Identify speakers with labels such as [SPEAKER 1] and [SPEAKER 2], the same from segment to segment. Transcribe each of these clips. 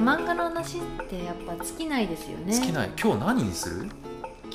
[SPEAKER 1] 漫画の話ってやっぱ尽きないですよね
[SPEAKER 2] 尽きない今日何にする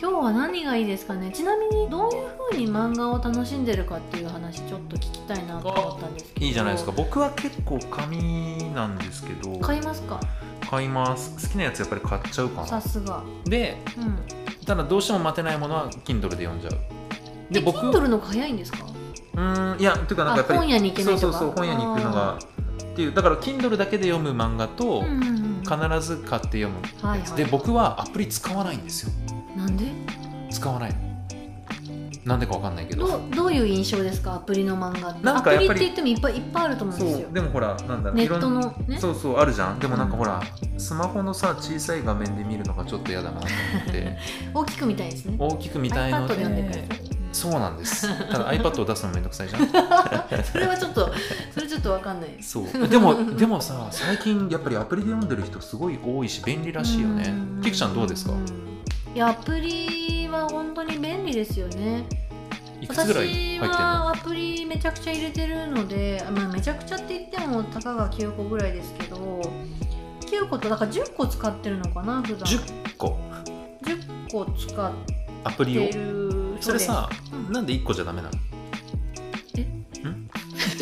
[SPEAKER 1] 今日は何がいいですかねちなみにどういう風に漫画を楽しんでるかっていう話ちょっと聞きたいなと思ったんですけど
[SPEAKER 2] いいじゃないですか僕は結構紙なんですけど
[SPEAKER 1] 買いますか
[SPEAKER 2] 買います好きなやつやっぱり買っちゃうか
[SPEAKER 1] さ
[SPEAKER 2] な
[SPEAKER 1] すが
[SPEAKER 2] で
[SPEAKER 1] うん
[SPEAKER 2] ただどうしても待てないものは Kindle で読んじゃう
[SPEAKER 1] で
[SPEAKER 2] で僕
[SPEAKER 1] Kindle の方が早いんですか
[SPEAKER 2] うーんいやというかなん
[SPEAKER 1] あ
[SPEAKER 2] かやっぱり
[SPEAKER 1] 本屋に行けないとか
[SPEAKER 2] そうそうそう本屋に行くのがっていうだから Kindle だけで読む漫画
[SPEAKER 1] あ
[SPEAKER 2] と
[SPEAKER 1] ーうんうんうん
[SPEAKER 2] 必ず買って読むやつ、
[SPEAKER 1] はいはい
[SPEAKER 2] で僕はアプリ使わないんですよ
[SPEAKER 1] なんで
[SPEAKER 2] 使わないなんでかわかんないけど
[SPEAKER 1] どうどういう印象ですかアプリの漫画って
[SPEAKER 2] なんかや
[SPEAKER 1] ア
[SPEAKER 2] っ
[SPEAKER 1] プ
[SPEAKER 2] ぱ
[SPEAKER 1] リ
[SPEAKER 2] り
[SPEAKER 1] って言ってもいっぱいいっぱいあると思うんです
[SPEAKER 2] そ
[SPEAKER 1] よ
[SPEAKER 2] うでもほらなんだろう
[SPEAKER 1] ネ
[SPEAKER 2] いろ
[SPEAKER 1] ッ
[SPEAKER 2] ん
[SPEAKER 1] トのね
[SPEAKER 2] そうそうあるじゃんでもなんかほら、スマホのさ小さい画面で見るのがちょっと嫌だなと思って
[SPEAKER 1] 大きく見たいですね
[SPEAKER 2] 大きく見たい
[SPEAKER 1] iPad
[SPEAKER 2] ので
[SPEAKER 1] で読んでください
[SPEAKER 2] そうなんです ただ iPad を出すのめんどくさいじゃん
[SPEAKER 1] それはちょっとそれちょっとわかんないです
[SPEAKER 2] そうでもでもさ最近やっぱりアプリで読んでる人すごい多いし便利らしいよね
[SPEAKER 1] ん
[SPEAKER 2] キクちゃんどうですか
[SPEAKER 1] いやアプリは本当に便利ですよね
[SPEAKER 2] いくつ
[SPEAKER 1] 私
[SPEAKER 2] ぐらい入ってるの
[SPEAKER 1] はアプリめちゃくちゃ入れてるので、まあ、めちゃくちゃって言ってもたかが9個ぐらいですけど9個とだから10個使ってるのかな普段
[SPEAKER 2] 10個
[SPEAKER 1] 10個使っ
[SPEAKER 2] アプリを
[SPEAKER 1] てる
[SPEAKER 2] それさなんで1個じゃダメなの
[SPEAKER 1] え
[SPEAKER 2] ん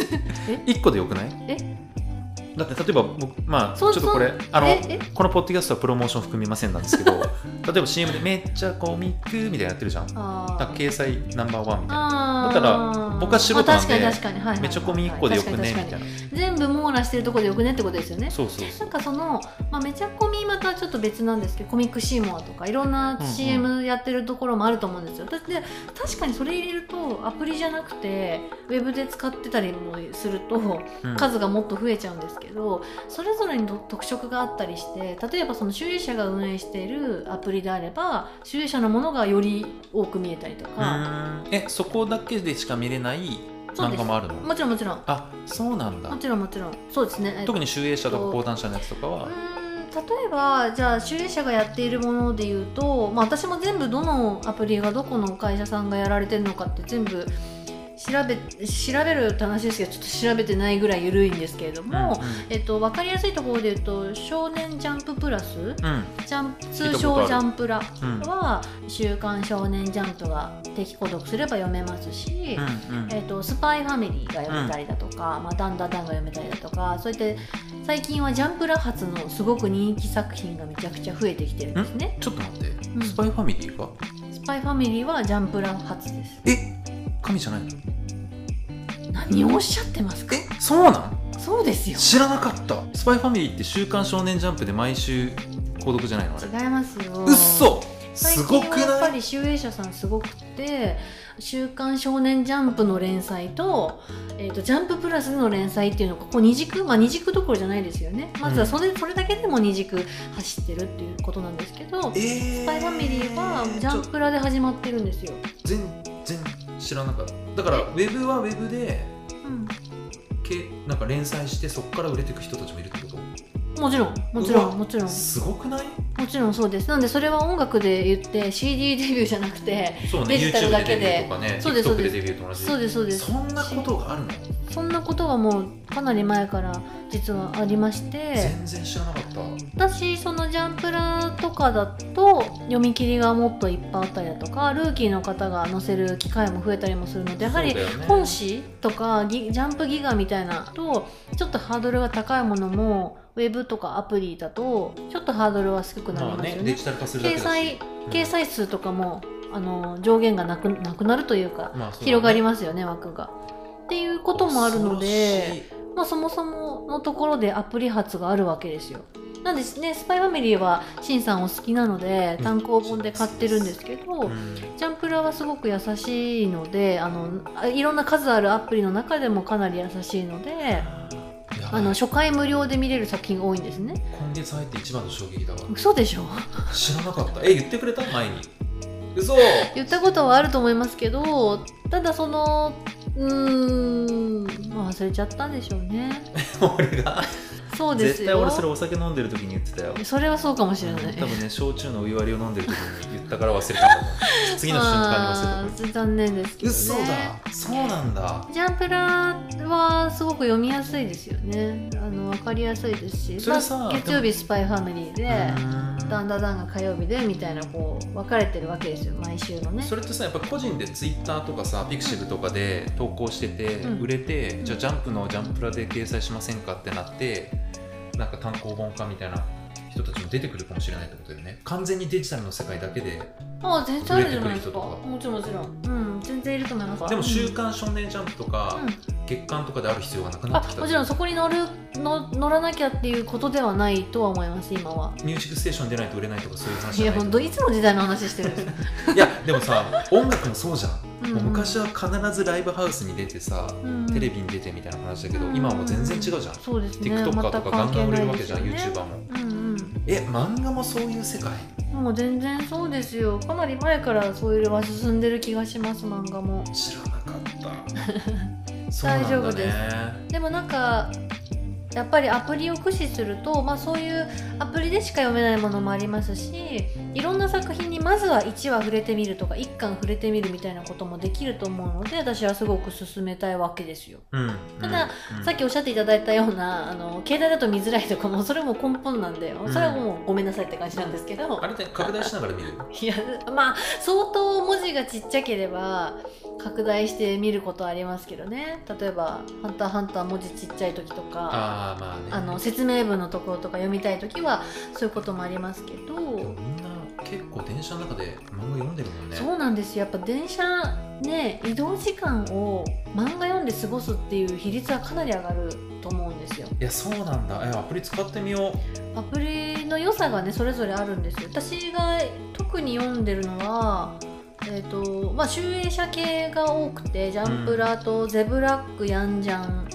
[SPEAKER 1] え
[SPEAKER 2] 1個でよくない
[SPEAKER 1] え
[SPEAKER 2] だって例えば僕まあちょ
[SPEAKER 1] そ
[SPEAKER 2] っとこれ
[SPEAKER 1] そ
[SPEAKER 2] あの
[SPEAKER 1] ええ
[SPEAKER 2] このポッドキャストはプロモーション含みませんなんですけど 例えば CM で「めっちゃコミック」みたいなやってるじゃんだか
[SPEAKER 1] あ
[SPEAKER 2] ら掲載ナンバーワンみたいな
[SPEAKER 1] あ
[SPEAKER 2] だから僕は素人なんで
[SPEAKER 1] あ確かに確かに、はいはいはいはい、
[SPEAKER 2] めちゃコミ1個でよくねみ
[SPEAKER 1] 確かに確
[SPEAKER 2] たいな
[SPEAKER 1] かに全部網羅してるとこでよくねってことですよね
[SPEAKER 2] そうそうそ
[SPEAKER 1] な
[SPEAKER 2] うん
[SPEAKER 1] かその、まあ、めちゃコミまたちょっと別なんですけどコミックシーモアとかいろんな
[SPEAKER 2] うんうん
[SPEAKER 1] CM やってるところもあると思うんですよ、だって確かにそれ入れるとアプリじゃなくてウェブで使ってたりもすると
[SPEAKER 2] うん
[SPEAKER 1] 数がもっと増えちゃうんですけどそれぞれにと特色があったりして例えばその収益者が運営しているアプリであれば収益者のものがより多く見えたりと
[SPEAKER 2] う
[SPEAKER 1] か、
[SPEAKER 2] ーんえそこだけでしか見れない
[SPEAKER 1] そうです
[SPEAKER 2] 漫画もあるの
[SPEAKER 1] もちろんもちろん
[SPEAKER 2] あそうなんだ
[SPEAKER 1] もちろんもちろんそうですねえっと
[SPEAKER 2] 特に集英社とか講談社のやつとかは
[SPEAKER 1] うーん例えばじゃあ集英社がやっているもので言うと、まあ、私も全部どのアプリがどこの会社さんがやられてるのかって全部調べ調べるって話ですけどちょっと調べてないぐらい緩いんですけれども、えっと、分かりやすいところで言うと「少年ジャンププラス」
[SPEAKER 2] うんうん
[SPEAKER 1] ジャン
[SPEAKER 2] 聞い
[SPEAKER 1] 通
[SPEAKER 2] たことあ
[SPEAKER 1] 称
[SPEAKER 2] る
[SPEAKER 1] ジャンプラ
[SPEAKER 2] うん
[SPEAKER 1] は「週刊少年ジャンプ」が定期購読すれば読めますし、
[SPEAKER 2] うんうん
[SPEAKER 1] えー、とスパイファミリーが読めたりだとか、まあ、ダンダダンが読めたりだとかそういって最近はジャンプラ発のすごく人気作品がめちゃくちゃ増えてきてるんですね
[SPEAKER 2] ちょっと待って、
[SPEAKER 1] うん
[SPEAKER 2] スパイファミリーが
[SPEAKER 1] スパイファミリーはジャンプラ発です
[SPEAKER 2] え神じゃないの
[SPEAKER 1] 何をおっしゃってますか
[SPEAKER 2] えそうなん
[SPEAKER 1] そうですよ
[SPEAKER 2] 知らなかったスパイファミリーって「週刊少年ジャンプ」で毎週購読じゃないのあれ
[SPEAKER 1] 違いますよ
[SPEAKER 2] うっそす
[SPEAKER 1] 最
[SPEAKER 2] ご
[SPEAKER 1] 近は
[SPEAKER 2] く
[SPEAKER 1] やっぱ
[SPEAKER 2] ない
[SPEAKER 1] り集英社さんすごくて「週刊少年ジャンプ」の連載と,、えー、と「ジャンププラス」の連載っていうのがここ二軸まあ二軸どころじゃないですよねまずはそれ,、それだけでも二軸走ってるっていうことなんですけど
[SPEAKER 2] え
[SPEAKER 1] スパイファミリーはジ
[SPEAKER 2] ち
[SPEAKER 1] ャ
[SPEAKER 2] ょ
[SPEAKER 1] ンプラで始まってるんですよ。
[SPEAKER 2] 全然知らなかっただから
[SPEAKER 1] え
[SPEAKER 2] ウェブはウェブで
[SPEAKER 1] うん、
[SPEAKER 2] けなんか連載してそこから売れていく人たちもいるってこ
[SPEAKER 1] もちろん、もちろ
[SPEAKER 2] うわ
[SPEAKER 1] ん、もちろん、も
[SPEAKER 2] とすごくない
[SPEAKER 1] ちろんそうです。なんでそれは音楽で言って CD デビューじゃなくて、
[SPEAKER 2] そうね
[SPEAKER 1] デジタ
[SPEAKER 2] YouTube
[SPEAKER 1] ルだ
[SPEAKER 2] で
[SPEAKER 1] け
[SPEAKER 2] デビュー
[SPEAKER 1] で
[SPEAKER 2] とかね
[SPEAKER 1] そうですそ
[SPEAKER 2] TikTok
[SPEAKER 1] う
[SPEAKER 2] で
[SPEAKER 1] です
[SPEAKER 2] デビューと同じ
[SPEAKER 1] そうですそうです。
[SPEAKER 2] そんなことがあるの
[SPEAKER 1] そんなことがもうかなり前から実はありまして、
[SPEAKER 2] 全然知らなかった
[SPEAKER 1] 私そのジャンプラとかだと読み切りがもっといっぱいあったりだとか、ルーキーの方が載せる機会も増えたりもするので、やはり
[SPEAKER 2] そうだよね
[SPEAKER 1] 本誌とかギジャンプギガみたいなとちょっとハードルが高いものもウェブとかアプリだとちょっとハードルは低くなりますよね
[SPEAKER 2] デジタル化するだけ
[SPEAKER 1] 掲
[SPEAKER 2] だし
[SPEAKER 1] 載
[SPEAKER 2] ん
[SPEAKER 1] 掲載数とかもあの上限がなくなくなるというか
[SPEAKER 2] まあそうだね
[SPEAKER 1] 広がりますよね枠が。っていうこともあるので、
[SPEAKER 2] 恐ろしい
[SPEAKER 1] まあ、そもそものところでアプリ発があるわけですよ。なんですね、スパイファミリーはしんさんお好きなので単行本で買ってるんですけど、
[SPEAKER 2] うん
[SPEAKER 1] ジャンプラはすごく優しいのであのあいろんな数あるアプリの中でもかなり優しいので
[SPEAKER 2] やば
[SPEAKER 1] あ
[SPEAKER 2] い
[SPEAKER 1] の初回無料で見れる作品が多いんですね
[SPEAKER 2] 今月入って一番の衝撃だわ
[SPEAKER 1] 嘘でしょ
[SPEAKER 2] 知らなかったえ言ってくれた前に嘘
[SPEAKER 1] 言ったことはあると思いますけどただそ のうーんまあ忘れちゃったんでしょうね
[SPEAKER 2] 俺が
[SPEAKER 1] そうです
[SPEAKER 2] 絶対
[SPEAKER 1] よ
[SPEAKER 2] 俺それお酒飲んでる時に言ってたよ
[SPEAKER 1] それはそうかもしれない、
[SPEAKER 2] 多分ね焼酎のお湯割りを飲んでる時に言ったから忘れたと思 う次の瞬間に忘れたと
[SPEAKER 1] あ
[SPEAKER 2] 思う
[SPEAKER 1] ー残念ですけどね
[SPEAKER 2] 嘘だそうなんだ
[SPEAKER 1] ジャンプラはすごく読みやすいですよねあの分かりやすいですし
[SPEAKER 2] それさ
[SPEAKER 1] まあ月曜日スパイファミリーで
[SPEAKER 2] うーん
[SPEAKER 1] ダンダダンが火曜日でみたいなこう分かれてるわけですよ毎週のね
[SPEAKER 2] それってさやっぱ個人でツイッターとかさピクシブとかで投稿してて、
[SPEAKER 1] うん
[SPEAKER 2] 売れて、
[SPEAKER 1] うん
[SPEAKER 2] じゃあ「ジャンプのジャンプラで掲載しませんか?」ってなってなんか単行本化みたいな人たちも出てくるかもしれないってことだよね完全にデジタルの世界だけで
[SPEAKER 1] あ全然あるじゃないですか
[SPEAKER 2] 触れてくる人とか
[SPEAKER 1] もちろんもちろんうん全然いると思います
[SPEAKER 2] でも「週
[SPEAKER 1] うん
[SPEAKER 2] 刊少年ジャンプ」とか、月刊とかである必要がなくな
[SPEAKER 1] あ
[SPEAKER 2] ってきた
[SPEAKER 1] もちろんそこに乗るの乗らなきゃっていうことではないとは思います今は
[SPEAKER 2] ミュージックステーション出ないと売れないとかそういう話
[SPEAKER 1] い
[SPEAKER 2] じゃ
[SPEAKER 1] や
[SPEAKER 2] ない
[SPEAKER 1] 本当いつの時代の話してるんです か
[SPEAKER 2] いやでもさ音楽もそうじゃん、
[SPEAKER 1] うん
[SPEAKER 2] もう昔は必ずライブハウスに出てさ、
[SPEAKER 1] うん
[SPEAKER 2] テレビに出てみたいな話だけど、今はもう全然違うじゃん、
[SPEAKER 1] そうですね
[SPEAKER 2] TikToker とかガンガン売れるわけじゃん、
[SPEAKER 1] 全く関係ないですよね
[SPEAKER 2] YouTuber も
[SPEAKER 1] うんうん
[SPEAKER 2] え漫画もそういう世界
[SPEAKER 1] もう全然そうですよかなり前からそういうのは進んでる気がします漫画も
[SPEAKER 2] 知らなか った
[SPEAKER 1] 大丈夫です
[SPEAKER 2] そう
[SPEAKER 1] でもなんかやっぱりアプリを駆使すると、まあ、そういうアプリでしか読めないものもありますしいろんな作品にまずは1話触れてみるとか1巻触れてみるみたいなこともできると思うので私はすごく勧めたいわけですよ。
[SPEAKER 2] なんだねうん
[SPEAKER 1] ただ
[SPEAKER 2] うんうん
[SPEAKER 1] さっきおっしゃっていただいたようなあの携帯だと見づらいとかもそれも根本なんでそれはもうごめんなさいって感じなんですけど、
[SPEAKER 2] あれって拡大しながら見る
[SPEAKER 1] いやまあ相当文字がちっちゃければ拡大して見ることはありますけどね例えば「ハンターハンター」文字ちっちゃい時とか
[SPEAKER 2] ああまあね
[SPEAKER 1] あの説明文のところとか読みたい時はそういうこともありますけ
[SPEAKER 2] でも
[SPEAKER 1] ど、
[SPEAKER 2] みんな結構電車の中で漫画読んでるもんね
[SPEAKER 1] そうなんですよやっぱ電車ね移動時間を漫画読んで過ごすっていう比率はかなり上がると思うんですよ
[SPEAKER 2] いやそうなんだえアプリ使ってみよ
[SPEAKER 1] アプリの良さがねそれぞれあるんですよ私が特に読んでるのはえーとまあ、集英社系が多くて「ジャンプラ」と「ゼブラック」「ヤンジャン」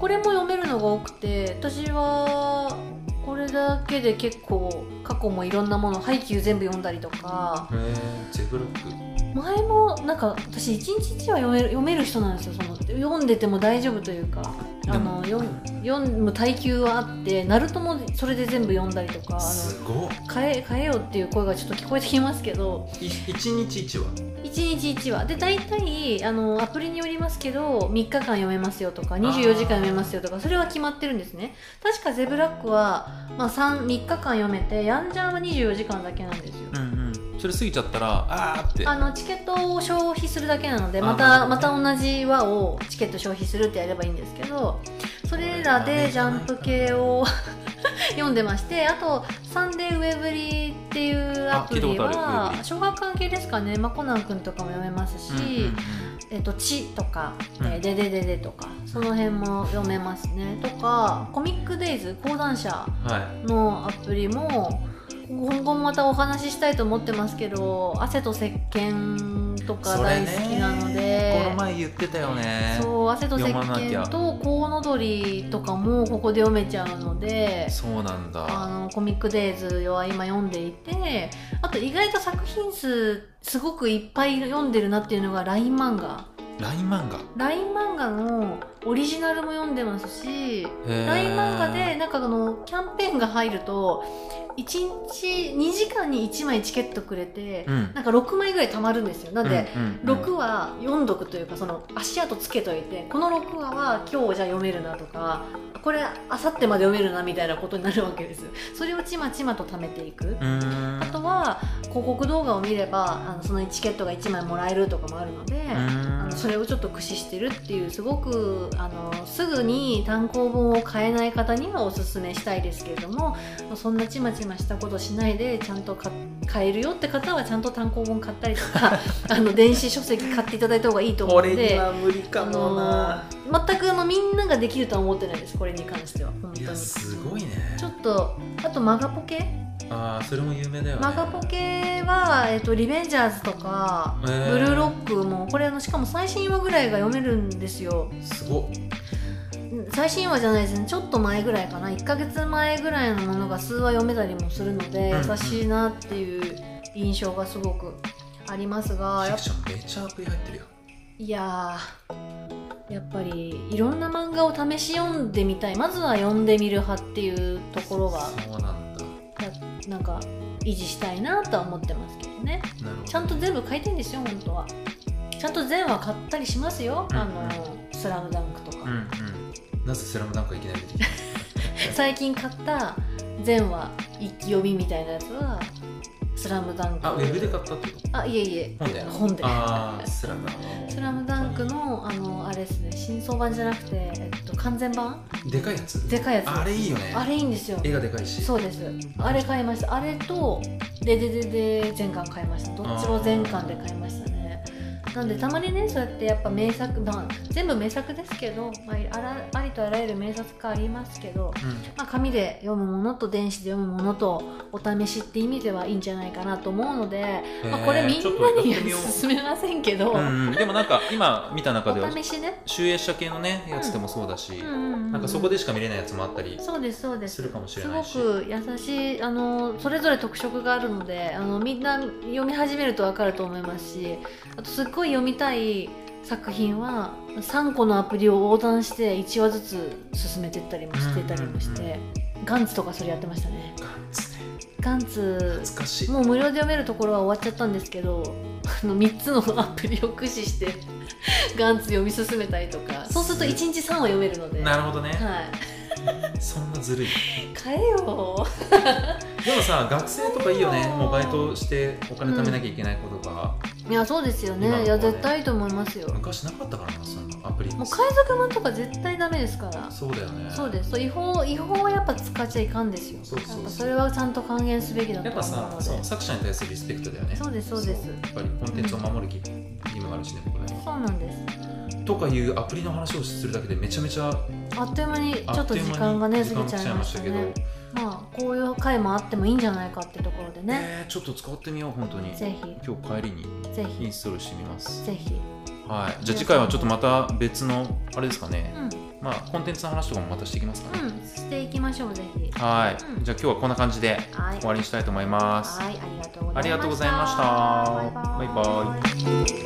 [SPEAKER 1] これも読めるのが多くて私はこれだけで結構過去もいろんなもの「ハイキュー」全部読んだりとか
[SPEAKER 2] うへえゼブロック
[SPEAKER 1] 前もなんか私一日一話読める読める人なんですよその読んでても大丈夫というかあの
[SPEAKER 2] でも
[SPEAKER 1] 読読む耐久はあって「ナルトもそれで全部読んだりとかあの
[SPEAKER 2] すごっ
[SPEAKER 1] 変え変えようっていう声がちょっと聞こえてきますけど
[SPEAKER 2] い一日一話
[SPEAKER 1] 1日1話で大体あのアプリによりますけど3日間読めますよとか24時間読めますよとかそれは決まってるんですね確か「ゼブラックは」まあ、3, 3日間読めて「ヤンジャン」は24時間だけなんですよ
[SPEAKER 2] うんうんそれ過ぎちゃったらあーって
[SPEAKER 1] あのチケットを消費するだけなので
[SPEAKER 2] あ
[SPEAKER 1] ま
[SPEAKER 2] ー
[SPEAKER 1] たまた同じ輪をチケット消費するってやればいいんですけどそれらでジャンプ系を読んでましてあと「サンデーウェブリー」っていうアプ
[SPEAKER 2] あ聞い
[SPEAKER 1] リ
[SPEAKER 2] たことあるウェ
[SPEAKER 1] は
[SPEAKER 2] ブリ
[SPEAKER 1] 小学関係ですかね、まあ、コナン君とかも読めますし「えっと地」とか「
[SPEAKER 2] うん
[SPEAKER 1] えーデデデデ」とかその辺も読めますねとか「コミックデイズ」講談社
[SPEAKER 2] は
[SPEAKER 1] のアプリも今後もまたお話ししたいと思ってますけど汗と石鹸と
[SPEAKER 2] い
[SPEAKER 1] か大好きなので
[SPEAKER 2] この前言ってたよね
[SPEAKER 1] そう汗と石
[SPEAKER 2] 読まなきゃ
[SPEAKER 1] 鹸とコウノドリとかもここで読めちゃうので
[SPEAKER 2] そうなん
[SPEAKER 1] あ
[SPEAKER 2] だ
[SPEAKER 1] のコミックデイズは今読んでいてあと意外と作品数すごくいっぱい読んでるなっていうのが LINE 漫画
[SPEAKER 2] LINE 漫画
[SPEAKER 1] LINE 漫画のオリジナルも読んでますし
[SPEAKER 2] へー
[SPEAKER 1] LINE 漫画でなんかあのキャンペーンが入ると1日2時間に1枚チケットくれて、
[SPEAKER 2] うん
[SPEAKER 1] なんか6枚ぐらい貯まるんですよなんで、
[SPEAKER 2] うんうんうん
[SPEAKER 1] 6話読んどくというかその足跡つけといてこの6話は今日じゃあ読めるなとかこれあさってまで読めるなみたいなことになるわけですそれをちまちまと貯めていく、
[SPEAKER 2] うーん
[SPEAKER 1] あとは広告動画を見ればあのそのチケットが1枚もらえるとかもあるので、
[SPEAKER 2] う
[SPEAKER 1] あ
[SPEAKER 2] ーん
[SPEAKER 1] のそれをちょっと駆使してるっていうすごくあのすぐに単行本を買えない方にはおすすめしたいですけれどもそんなちまちましたことしないでちゃんと買買えるよって方はちゃんと単行本買ったりと かあの電子書籍買っていただいた方がいいと思うので。
[SPEAKER 2] 無理
[SPEAKER 1] あの全くあのみんなができるとは思ってないですこれに関しては本当
[SPEAKER 2] いや
[SPEAKER 1] に
[SPEAKER 2] すごいね
[SPEAKER 1] ちょっとあとマガポケ
[SPEAKER 2] ああそれも有名だよね
[SPEAKER 1] マガポケは、えっとリベンジャーズとか、
[SPEAKER 2] へー
[SPEAKER 1] ブルーロックもこれあのしかも最新話ぐらいが読めるんですよ
[SPEAKER 2] すごっ
[SPEAKER 1] うん最新話じゃないですねちょっと前ぐらいかな1ヶ月前ぐらいのものが数話読めたりもするので、
[SPEAKER 2] うん
[SPEAKER 1] 優しいなっていう印象がすごくありますが
[SPEAKER 2] フィ
[SPEAKER 1] やっ
[SPEAKER 2] クションめちゃアプリ入ってるよ
[SPEAKER 1] いやーやっぱりいろんな漫画を試し読んでみたいまずは読んでみる派っていうところは
[SPEAKER 2] そうなんだ
[SPEAKER 1] ななんか維持したいなとは思ってますけどね
[SPEAKER 2] なるほど
[SPEAKER 1] ちゃんと全部書いてんですよ本当はちゃんと全話買ったりしますよ「
[SPEAKER 2] うん
[SPEAKER 1] あのスラムダンクとか、
[SPEAKER 2] うんうんなぜスラムダンクはいきなり出てきた
[SPEAKER 1] 最近買った全話一気読みみたいなやつは「スラムダンク
[SPEAKER 2] あウェブで買ったってこと
[SPEAKER 1] あいえいえ
[SPEAKER 2] 本で
[SPEAKER 1] 本で
[SPEAKER 2] ああスラムダンク
[SPEAKER 1] スラムダンクのあのあれですね新装版じゃなくて、えっと、完全版
[SPEAKER 2] でかいやつ
[SPEAKER 1] でかいやつ
[SPEAKER 2] あれいいよね
[SPEAKER 1] あれいいんですよ
[SPEAKER 2] 絵がでかいし
[SPEAKER 1] そうですあれ買いましたあれとレデデで全巻買いましたどっちも全巻で買いましたねなんでたまにねそうやってやっぱ名作、まあ、全部名作ですけど、まあ、あらありとあらゆる名作がありますけど、
[SPEAKER 2] うん
[SPEAKER 1] まあ、紙で読むものと電子で読むものとお試しって意味ではいいんじゃないかなと思うので、まあ、これみん
[SPEAKER 2] ちょっ
[SPEAKER 1] な
[SPEAKER 2] と
[SPEAKER 1] に
[SPEAKER 2] やってみよ
[SPEAKER 1] は 勧めませんけど、
[SPEAKER 2] ううんうんでもなんか今見た中では
[SPEAKER 1] お試しね、
[SPEAKER 2] 集英社系のねやつでもそうだし、
[SPEAKER 1] うんうんうんうん
[SPEAKER 2] なんかそこでしか見れないやつもあったり
[SPEAKER 1] そうですそうです
[SPEAKER 2] するかもしれ
[SPEAKER 1] す
[SPEAKER 2] な
[SPEAKER 1] ご
[SPEAKER 2] いし
[SPEAKER 1] く優しいあのそれぞれ特色があるのであのみんな読み始めると分かると思いますしあとすっごい読みたい作品は3個のアプリを横断して1話ずつ進めてったりもしてたりもして、
[SPEAKER 2] うんうん
[SPEAKER 1] ガンツとかそれやってましたね
[SPEAKER 2] ガンツね
[SPEAKER 1] ガンツ
[SPEAKER 2] 懐かしい
[SPEAKER 1] もう無料で読めるところは終わっちゃったんですけどあの3つのアプリを駆使してガンツ読み進めたりとかそうすると1日3話読めるので、
[SPEAKER 2] な
[SPEAKER 1] は
[SPEAKER 2] るほどね、
[SPEAKER 1] い、
[SPEAKER 2] そんなずるい
[SPEAKER 1] 買えよ
[SPEAKER 2] でもさ学生とかいいよね
[SPEAKER 1] そう
[SPEAKER 2] もうバイトしてお金貯めなきゃいけないことが、
[SPEAKER 1] いやそうですよね
[SPEAKER 2] 今の子はね
[SPEAKER 1] いや絶対いいと思いますよもう
[SPEAKER 2] 昔なかったからなそんなアプリ
[SPEAKER 1] 海賊版とか絶対ダメですから
[SPEAKER 2] そうだよね
[SPEAKER 1] そうですそう違法違法はやっぱ使っちゃいかんですよ
[SPEAKER 2] そうそうそう
[SPEAKER 1] やっぱそれはちゃんと還元すべきだと
[SPEAKER 2] やっぱ
[SPEAKER 1] 思う
[SPEAKER 2] さ
[SPEAKER 1] ので
[SPEAKER 2] そう作者に対するリスペクトだよね
[SPEAKER 1] そうですそうです
[SPEAKER 2] やっぱりコンテンツを守る義務があるしねこれ
[SPEAKER 1] そうなんです
[SPEAKER 2] とかいうアプリの話をするだけでめちゃめちゃ
[SPEAKER 1] あっという間にち
[SPEAKER 2] あ
[SPEAKER 1] ょっと
[SPEAKER 2] いう
[SPEAKER 1] 時
[SPEAKER 2] 間に
[SPEAKER 1] 間がね
[SPEAKER 2] 時
[SPEAKER 1] 過
[SPEAKER 2] 間
[SPEAKER 1] ぎちゃいました
[SPEAKER 2] 来ちゃい
[SPEAKER 1] ね
[SPEAKER 2] ましたけど
[SPEAKER 1] まあこういう回もあってもいいんじゃないかってところでね、
[SPEAKER 2] えーちょっと使ってみよう本当に
[SPEAKER 1] ぜ
[SPEAKER 2] 今日帰りに
[SPEAKER 1] ひぜ
[SPEAKER 2] イ
[SPEAKER 1] ひ
[SPEAKER 2] ンストールしてみます
[SPEAKER 1] ぜひ
[SPEAKER 2] はいじゃあ次回はちょっとまた別のあれですかね
[SPEAKER 1] う、ん
[SPEAKER 2] まあコンテンツの話とかもまたしていきますかね、
[SPEAKER 1] うんしていきましょうぜひ
[SPEAKER 2] はい、
[SPEAKER 1] うん
[SPEAKER 2] じゃあ今日はこんな感じで
[SPEAKER 1] はい
[SPEAKER 2] 終わりにしたいと思います
[SPEAKER 1] はいありがとうございました
[SPEAKER 2] ありがとうございました
[SPEAKER 1] バイバイ
[SPEAKER 2] バイバイ